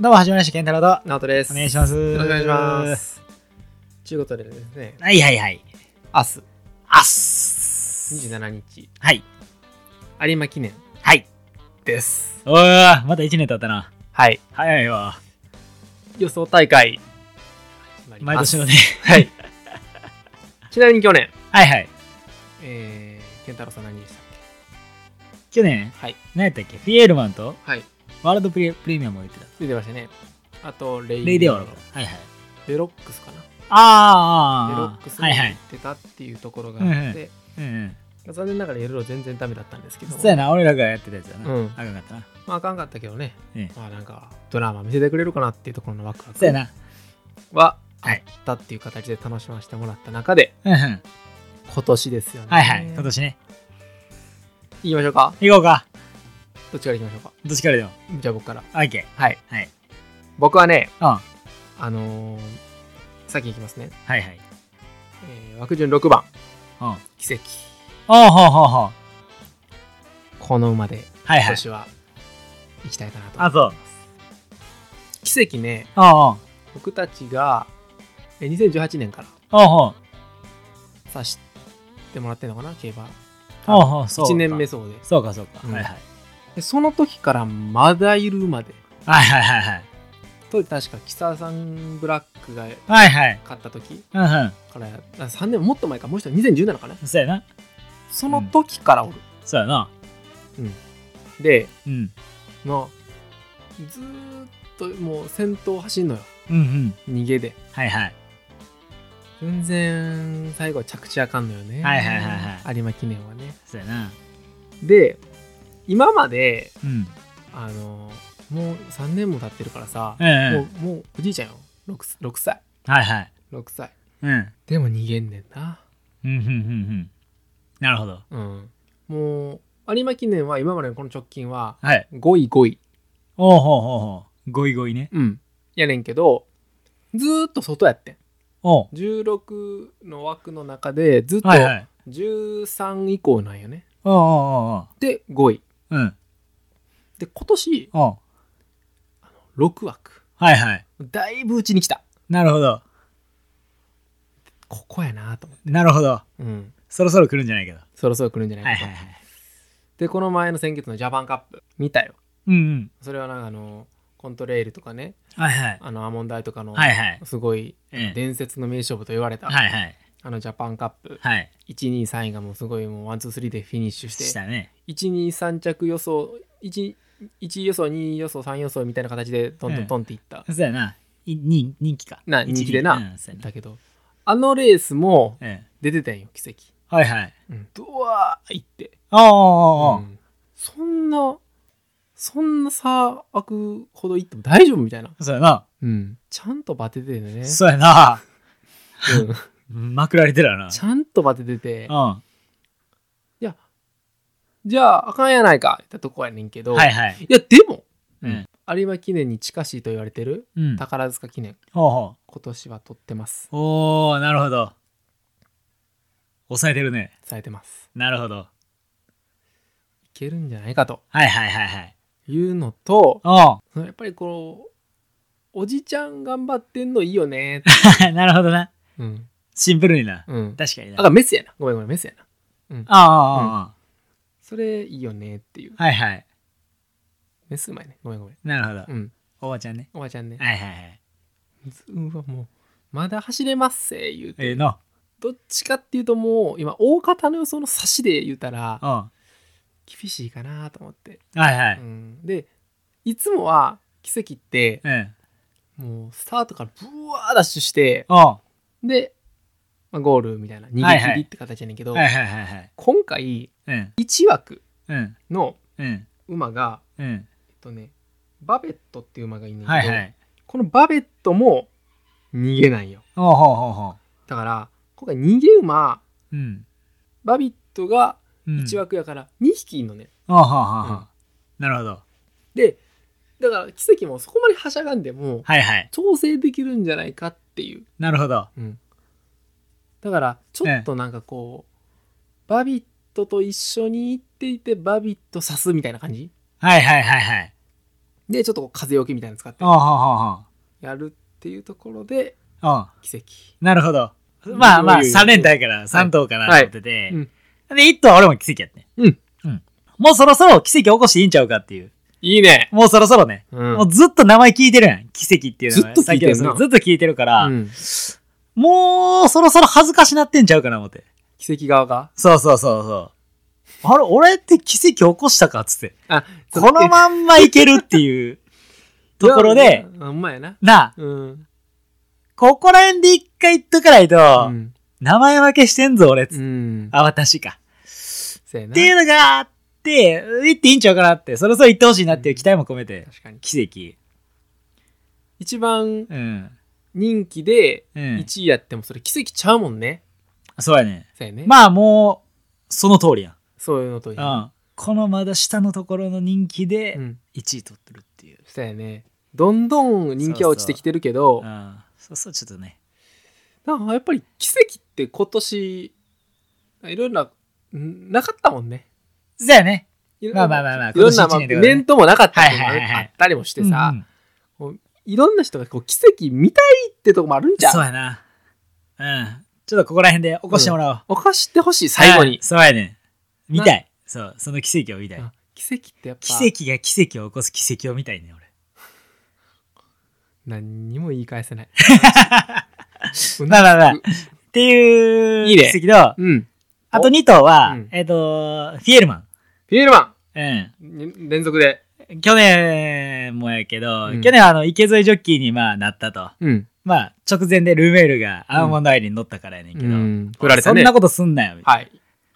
どうも、はじめまして、健太郎と。ナオトです。お願いします。よろしくお願いします。ということでですね、はいはいはい。明日あっす。 27日、はい。有馬記念はい。です。おー、まだ1年経ったな。はい。早いわ。予想大会、始まります 毎年のね。 はい。ちなみに去年、はいはい。えー、健太郎さん何でしたっ去年、けはい。何やったっけピエールマンとはい。ワールドプレプレミアムを言ってた。出てましたね。あと、レイレイデオロ。はいはい。ベロックスかな。ベロあーッあクスー、にはいは行いっ。てたっていうところがあって、はいはいうんうん。残念ながらやるの全然ダメだったんですけど、そうやな、俺らがやってたやつだな。うんあかんかったな。まああかんかったけどね、ええまあなんかドラマ見せてくれるかなっていうところのワクワクそうやな。はあはっいたっていう形で楽しませてもらった中で、うんうん。はい今年ですよね。はい。今年ね。言いましょうか。行こうか。どっちからいきましょうか。どっちからでも。じゃあ僕から。オッケはい。ー。はい。僕はね、うん。はあのー、先いきますね。いはい。えー枠順6番、うん。あ奇跡。あ、ほうほうほう。この馬ではいは今い。年は行きたいかなと。あ、そう。奇跡ね、ああ、あ僕たちがえー2018年からあ、あさしてもらってるのかな、競馬。あ、ああ、そう。 1年目。そうでそうか、そうか。うんはいはい。でその時からまだいるまで。はいはいはいはい。当時確かキサさんブラックがはいはい。勝った時うんうから、あ3年もっと前か、もう一人2017かな。ん。そうやな。その時からおる。そうやな。で、うん。のずーっともう先頭走んのよ。うんうん。逃げで。はいはい。全然最後着地あかんのよね。はいはいはい有馬記念はね。そうやな。で、今まで、うん。あの、もう3年も経ってるからさう、んうもん。う、もうおじいちゃんよ。6, 6歳。はいはい。 6歳。うん。うんでも逃げんねんな。うんうんうん。なるほど。うん。もう、有馬記念は今までのこの直近ははい。 5位5位。おうほうほうほう。ごいごいね。うん。やねんけど、ずーっと外やってん。おう。 16の枠の中でずっとはいはい。 13以降なんよね。おうおうおうおう。で5位。うん。で今年おう。 6枠。はいはい。だいぶうちに来た。なるほど。ここやなと思っなるほど。て。うん。そろそろ来るんじゃないけど。はそろそろ来るんじゃいなはいいかと。はい。でこの前の先月のジャパンカップ見たよ。うんうん。それはなんかあのコントレイルとかねはいはい。あのアーモンドアイとかのはいはいすごいええ伝説の名勝負と言われた、はいはい。あのジャパンカップはい。 123位がもうすごいもう123でフィニッシュしてしたね。 123着予想 1, 1予想2予想3予想みたいな形でトントントンっていった、そうやな。い人人気か。な一人気でなうん、そうやなだけどあのレースもえ出てたんよ奇跡、えはいはい。うん、ドワーいって、おーおーおー、うんそんなそんな差開くほどいっても大丈夫みたいな、そうやな。うん、ちゃんとバテててね、そうやな。うんまくられてるよな。ちゃんとバテててうじゃああかんやないかってとこやねんけど、ん。はいはい。いやでも、うん有馬記念に近しいと言われてるうん。宝塚記念ほうほ今年は取ってますう。おー、なるほど。抑えてるね。されてますなるほど。いけるんじゃないかとはいはいはいはい。いうのとおそのやっぱりこうおじちゃん頑張ってんのいいよねー なるほどな。うんシンプルにな。うん確かにな。あがメスやなごめんごめんメスやなあそれいいよねっていうー、あーあーはいはい。メスうまいねごめんごめんなるほうど。んおばちゃんね。おばちゃんねはいはいはい。うわもうまだ走れますせ言うてええの。どっちかっていうともう今大方の予想の差しで言うたらうん。は厳しいかなと思って、いはうい。ん、でいつもは奇跡ってうん。もうスタートからブワーダッシュしておーで、まあ、ゴールみたいな逃げ切りって形やねんけど、はいはいはいはい。今回うん。 1枠うん。のうん。馬が、うん。えっとね、バベットっていう馬がいるんだはけいど、はい。このバベットも逃げないよおうほうほうほだから今回逃げ馬う。うん。バビットがうん1。枠やから2匹いんのね、おうほうほうほうう。なるほど。でだから奇跡もそこまではしゃがんでもはいはい。調整できるんじゃないかっていう、なるほど。だからちょっとなんかこう、バビットと一緒に行っていてバビット刺すみたいな感じはいはいはいはい。でちょっとこう風よけみたいなの使ってああ、はあ、はやるっていうところであ、はあ。奇跡なるほど。まあまあ、いやいやいや3連単やから、3頭かなと思ってて。うんで、1頭は俺も奇跡やってん。うんうん。もうそろそろ奇跡起こしていいんちゃうかっていう。いいねもうそろそろね。うんもうずっと名前聞いてるやん。奇跡っていうのがずっと聞いてるなさっきのずっと聞いてるから、うんもうそろそろ恥ずかしなってんちゃうかな思って。奇跡側がそうそうそうそう。あれ、俺って奇跡起こしたかっつって。あこのまんまいけるっていうところで、ほんまやななあ、うんここら辺で一回言っとかないと、うん名前負けしてんぞ俺っつって。うんあ、私か。そうやなっていうのがあって、行っていいんちゃうかなって、そろそろ行ってほしいなっていう期待も込めて、確かに奇一番跡。うん。人気でうん。 1位やってもそれ奇跡ちゃうもんねそうやね。そうやねまあもう、その通りやそういうのといいん。うん。このまだ下のところの人気でう、ん1位取ってるっていう。そうやねどんどん人気は落ちてきてるけどうん。そうそう、ちょっとね。なんかやっぱり奇跡って今年いろんなんなかったもんねそうやね。いろまあまあまあまあいろんな、今年一年でイはねベントもなかったりもはいはいはいはあいったりもしてさ、うんうんいろんな人がこう奇跡見たいってとこもあるんじゃそうんやな。うん。ちょっとここら辺で起こしてもらおう。犯してほしい最後はにい、そうやね。見たい。そう、その奇跡を見たい。あ奇跡ってやっぱ奇跡が奇跡を起こす奇跡を見たいね、俺。何にも言い返 せないまあまあまあ。うっていういいね奇跡と、うんあと2頭は、うんえっ、と、フィエルマフィエルマン。ンに連続でうん。去年もやけど、うん去年はあの、池添ジョッキーにまあなったと。うんまあ、直前でルメールがアーモンドアイリーに乗ったからやねんけど、うん振られたねそんなことすんなよ、みたいはい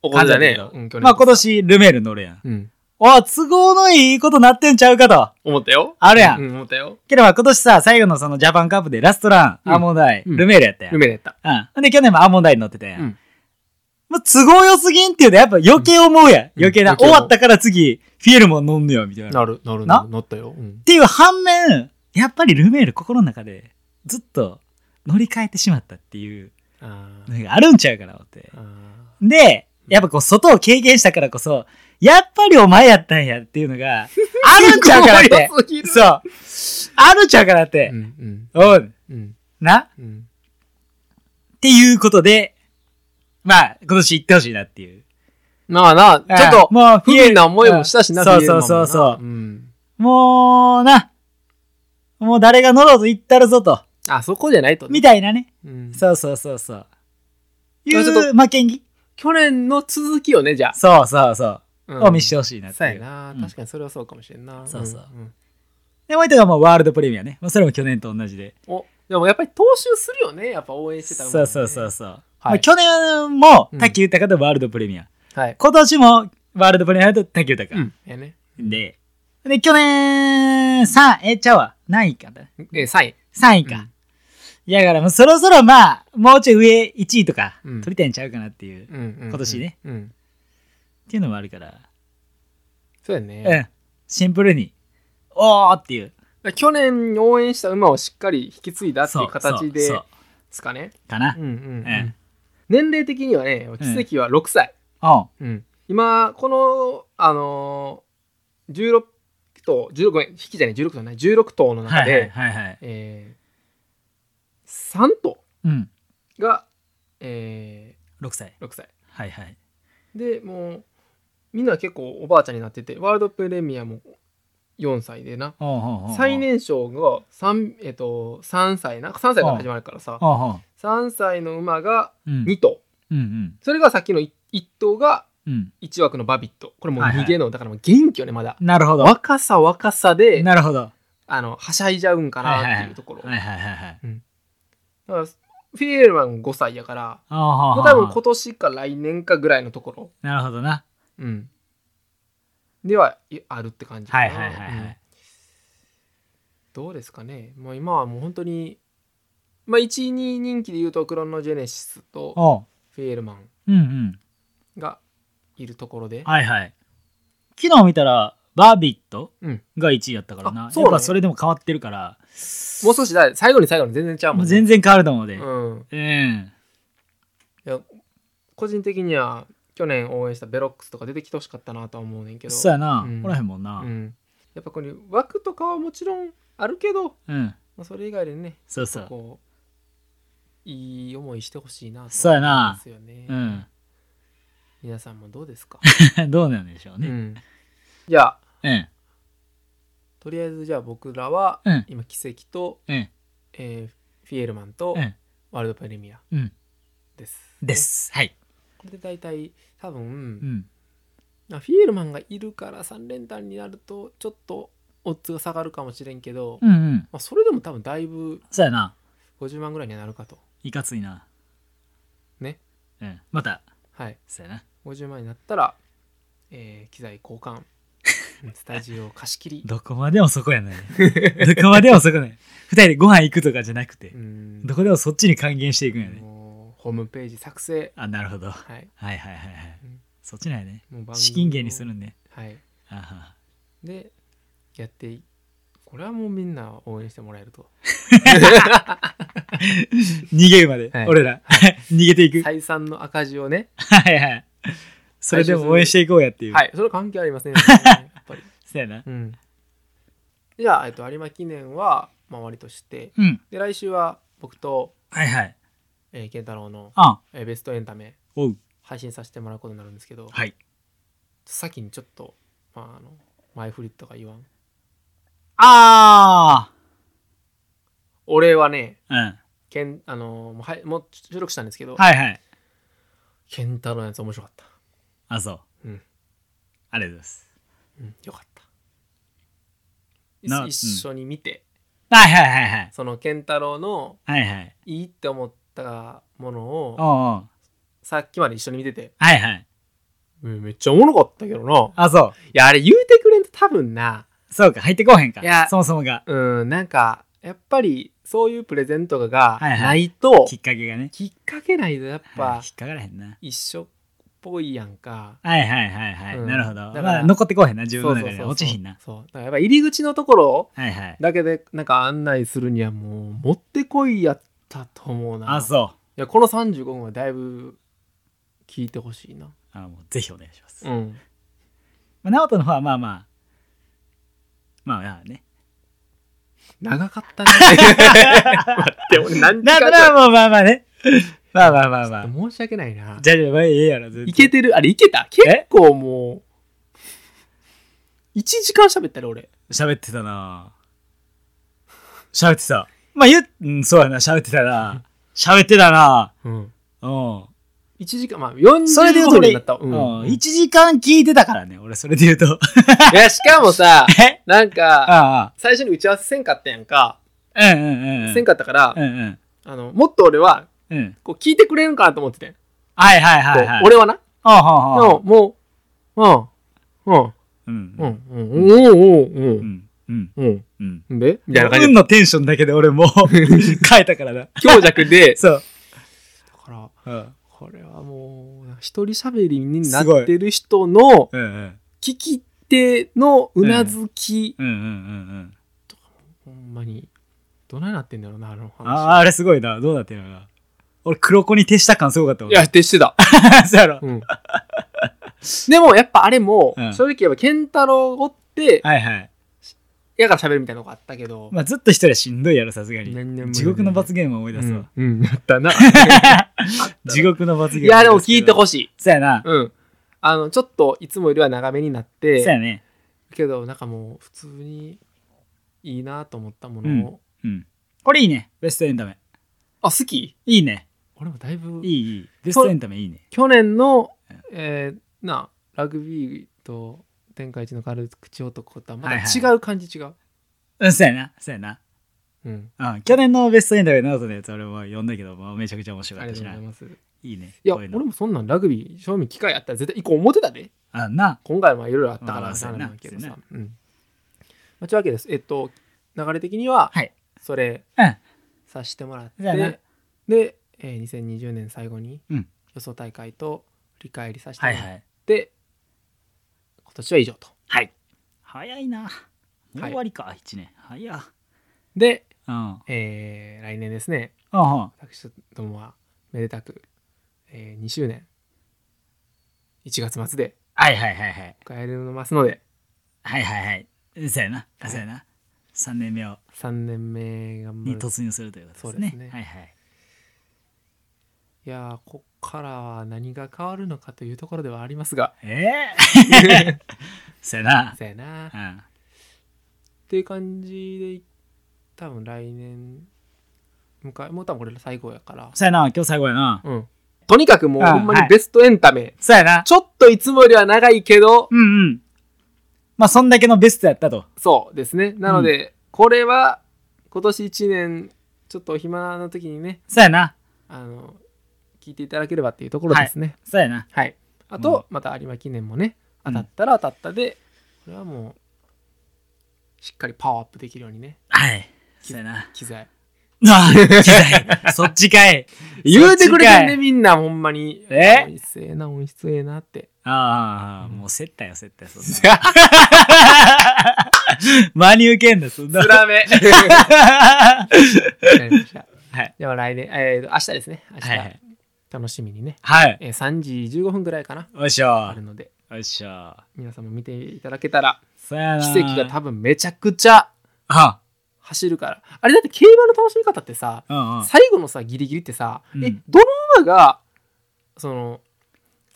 おこだね感じだけどうんな去年まあ今年ルメール乗るやん。うんお都合のいいことなってんちゃうかと。思ったよあるやんうん思ったよけどまあ今年さ、最後のそのジャパンカップでラストラン、うんアーモンドアイ、うんルメールやったやん。夢だったうん。で、去年もアーモンドアイに乗ってたやん。うんまあ、都合良すぎんっていうのはやっぱ余計思うやん。余計な。余計終思うわったから次、フィエルも飲んでよ、みたいな。なるなるななるなったようんっていう反面、やっぱりルメール心の中でずっと乗り換えてしまったっていうあーのがあるんちゃうかな思って。あで、やっぱこう外を経験したからこそ、やっぱりお前やったんやっていうのがあるんちゃうかなって す。ごい良すぎるそう。あるんちゃうかなっーてう。んおう、うんうんな。うんっていうことで、まあ、今年行ってほしいなっていう。なあなあちょっともう不便な思いもしたしな、そうフィエルマンもなそうそうそううんもうな、もう誰が乗ろうと言ったるぞと、あ、そこじゃないとね。みたいなね。うんそうそうそうそう。いあちょっう、とまあ、剣技去年の続きをね、じゃあ。そうそうそう。うんを見してほしいなってそいうやう。な、うん確かにそれはそうかもしれんな。そうそうんんで、もう一個がもうワールドプレミアね。まあ、それも去年と同じで。おでもやっぱり踏襲するよね、やっぱ応援してたもんねそうそうそう。そう。まはあ、い。去年もうん滝豊とワールドプレミア。はい。今年もワールドプレミアと滝豊う。ん。やね。で、で、去年3、え、ちゃうわ。何位かなえ、3位。 3位うかん。いや、だからもうそろそろまあ、もうちょい上1位とかうん取りたいんちゃうかなっていう、っうんうん、うん今年ね。うん。ていうのもあるから。そうやうね。ん。シンプルに、おーっていう。去年応援した馬をしっかり引き継いだっていう形でそうそうすかね。かなう。んうん、うんえ年齢的にはね、奇跡は6歳。うん。うん、今このあのー、16頭16ごめん引きじゃない16頭ない16頭の中はで、いはいはい。えー、3頭うん。が、え6歳。ー、6歳はいはい。でもうみんな結構おばあちゃんになっててワールドプレミアも4歳でなおうおうおうおう最。年少が 3,、えっと3歳な3歳から始まるからさおうおう3歳の馬がうん。 2頭うんうんそれがさっきの 1, 頭がうん。 1枠のバビットこれもうはいはい逃げの、だからもう元気よねまだなるほど。若さ若さでなるほど。あのはしゃいじゃうんかなっていうところ、はいはいはいはい。だからフィエルマン5歳やからおうおうおうもう多分今年か来年かぐらいのところ、なるほどな。うん、ではいあるって感じかはないはいはいはうんい。どうですかねもう今はもう本当にまあ1位2位人気でいうとクロノジェネシスとおう。フィエルマンうんうん。がいるところではいはい。昨日見たら、バービットうんが1位やったからな。あそやうなっのぱそれでも変わってるから、もう少しだ最後に最後に全然ちゃうももんうね全然変わると思うで。うん、うん。個人的には去年応援したベロックスとか出てきてほしかったなとは思うねんけどそうやなう。んおらへんもんなう。ん、やっぱこの枠とかはもちろんあるけど、うまん。あ、それ以外でねそうそう。こういい思いしてほしいなとそうや思いまな。すよね、うん。 皆さんもどうですか、どうなんでしょううね。んじゃあうん。とりあえずじゃあ僕らは、うん今奇跡と、うん。えーフィエルマンと、うん。ワールドプレミアうん。です、です。はい。これで大体多分、うん。まあフィエルマンがいるから3連単になるとちょっとオッズが下がるかもしれんけど、うんうん。まあ、それでも多分だいぶそうやな。 50万ぐらいにはなるかといかついな。ね。うん。また、はいそうやな。 50万になったら、えー機材 交換うんスタジオ貸し切りどこまでもそこやね。 どこまでもそこね。二人でご飯行くとかじゃなくてう、んどこでもそっちに還元していくんやね。もうホームページ作成あ、なるほど。はいはいはいはいはいうん。そっちなんやね。もう番組を資金源にするんで。はいあはでやっていこれはもうみんな応援してもらえる と 逃げるまでは、い俺ら。 逃げていく。採算の赤字をねはいはい。それでも応援していこうやっていう。はいそれは関係ありません、ね、やっぱりそうやな。うんじゃあ、えっと、有馬記念は、まあ、終わりとしてうん。で来週は僕と、はいはい。えー、健太郎の、あん。えーベストエンタメおう。配信させてもらうことになるんですけど、はい。先にちょっと、まあ、あの前振りとか言わんあ俺はねー。うん。けんあのーもうはいもう収録したんですけど、はいはい。健太郎のやつ面白かった、あ、そう。うんありがとうございます。うん、よかったな一一緒に見て、はいはいはいはい。その健太郎のはいはい。いいって思ったものおうをおう。さっきまで一緒に見ててはいはい。うんめっちゃおもろかったけどなあ、そう。いやあれ言うてくれんと多分なそうか、入ってこうへんか。いやそもそもが。うんなんかやっぱりそういうプレゼントがはいはいないと、きっかけがね。きっかけないとやっはいぱ引っかからへんな。一緒っぽいやんか、はいはいはいはい。うんなるほど。だからまあ、残ってこうへんな、自分の中そうで。そうそうそう落ちひんな。そうだからやっぱ入り口のところはいはい。だけでなんか案内するにはもう持ってこいやったと思うなあ、そう。いやこの35分はだいぶ聞いてほしいなあもうぜひお願いします。うんまあ、直人の方はまあまあ。まあまあね。長かったね 待って俺何時なん間となくまあまあまあね。まあまあまあまあ。 申し訳ないなじゃあじゃあまあええやろ、全然いけてるあれいけた結構もう1時間喋ったら俺喋ってたな喋ってた。まあ言う、うん、そうやな、喋ってたな。喋ってたな。うんうん。 1時間まあ40それで言うと分俺、になったううんん、 1時間聞いてたからね、俺、それで言うと。いやしかもさ えなんか あ最初に打ち合わせせんかったやんか、あ、うんうんうんうん。せんかったから、うんうん。あのもっと俺はうん。こう聞いてくれるんかなと思ってて、はいはいはい、はい。こう、俺はなああ、ではあ、はあももううんうんうん。うんうんうんううんん。うん。うんうん。うんでみたいな感じ運でのテンションだけで俺 も変えたからな。強弱でそう。 だからうんこれはもう一人喋りになってる人のうんうん。聞き手のうなずき、うんうんうんほんまにどないなってんだろうなあのうん。ああ、話あれすごいな。どうなってるのかな。俺、黒子に徹した感すごかったもん。いや、徹してた、 そう やろ。うんでもやっぱあれも、うん正直言えば健太郎おってはいはい。やから喋るみたいなのがあったけど、まあ、ずっと一人はしんどいやろ、さすがに何年もいる。ね地獄の罰ゲームを思い出すわ。うん、うん、やったな地獄の罰 いゲーム。やでも聞いてほしいそうやな。うんあのちょっといつもよりは長めになってそうやね。けどなんかもう普通にいいなと思ったものを、うん。これいいね。ベストエンタメ。あ好きいいね。俺もだいぶいい、いい。ベストエンタメいいね。去年のうん、えーなラグビーと天下一の軽口男とはまはいはたい違う感じ違う、うん、そうやな。そうやな。うんうん。去年のベストエンタメの後のやつ俺も読んだけど、まあ、めちゃくちゃ面白あかっりたがとしうござな。いいますいいね。やこう俺うのもそんなんラグビー賞味機会あったら絶対一個思ってたであ、な。今回はいろいろあったかあらーそうやななんだけどそうさやうんまあというわけですえっと流れ的にははいそれうん。させてもらって、そうやなで、えー、2020年最後にうん予想大会と振り返りさせてはもいらって、はい。今年は以上とはい。早いな。もうはい終わりか、一年。早っ。で、うん。あえー来年ですねあ、私どもはめでたく、えー2周年1月末ではいはいはいはい。迎えますのではいはいはい。そうやな、はいそうやな3年目を3年目頑張にる突入するということですそうねですねはいはいいやーこっからは何が変わるのかというところではありま すがええ そうやなそやなうっんていう感じで多分来年迎えもう多分これ最後やからそうやな今日最後やなうんとにかくもうあほんまはにいベストエンタメそうやなちょっといつもよりは長いけどうんうんまあそんだけのベストやったとそうですねなのでこれは今年1年ちょっとお暇な時にねそうやなあの聞いていただければっていうところですねそうやなはい、あと、また有馬記念もねう当んたったら当たったで、これはもうしっかりパワーアップできるようにねはいそうやな 機材ああ機材 そっちかい言うてくれてんそっちかねいみんなほんまにえ音質ええな音質ええなってああ、もう接待よ、接待。そんな 真に受けんだ、そんな。ら め はいでは来年、えーと、明日ですね明日、はいはい楽しみにね、はい。えー3時15分ぐらいかなよいしょある。のでよいしょ。皆さんも見ていただけたらそやな。奇跡が多分めちゃくちゃあ、走るからあれだって競馬の楽しみ方ってさ、うんうん。最後のさギリギリってさ、うんえどの馬がその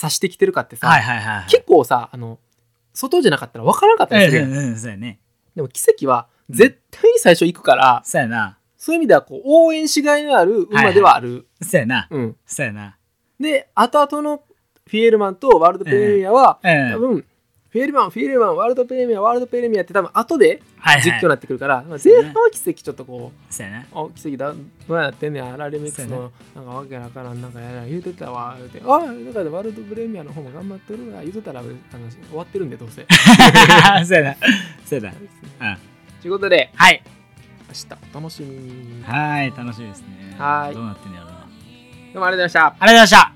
指してきてるかってさ、はいはいはい。結構さあの外じゃなかったら分からなかったりするやん、うんうんうん、そうやね。でも奇跡は絶対に最初行くから、そうやな。そういう意味ではこう応援しがいのある馬ではある、そうやな。うん、そうやな。で後々のフィエルマンとワールドプレミアは、うん。多分フィエルマンフィエルマンワールドプレミアワールドプレミアって多分後ではいはい。実況になってくるから、まあそう前ね半は奇跡ちょっとこうそうやな。あ奇跡だどうやってんねんアラレミックスのなんかわけわからんなんかやら言うてたわ言うてあだからワールドプレミアの方も頑張ってるわ言うてたらあの終わってるんでどう せそうやな。 そうやな。うん。ということではい。明日お楽しみにはい、楽しみですね。はいどうなってんのやろうな。ありがとうどうもありがとうございましたございました。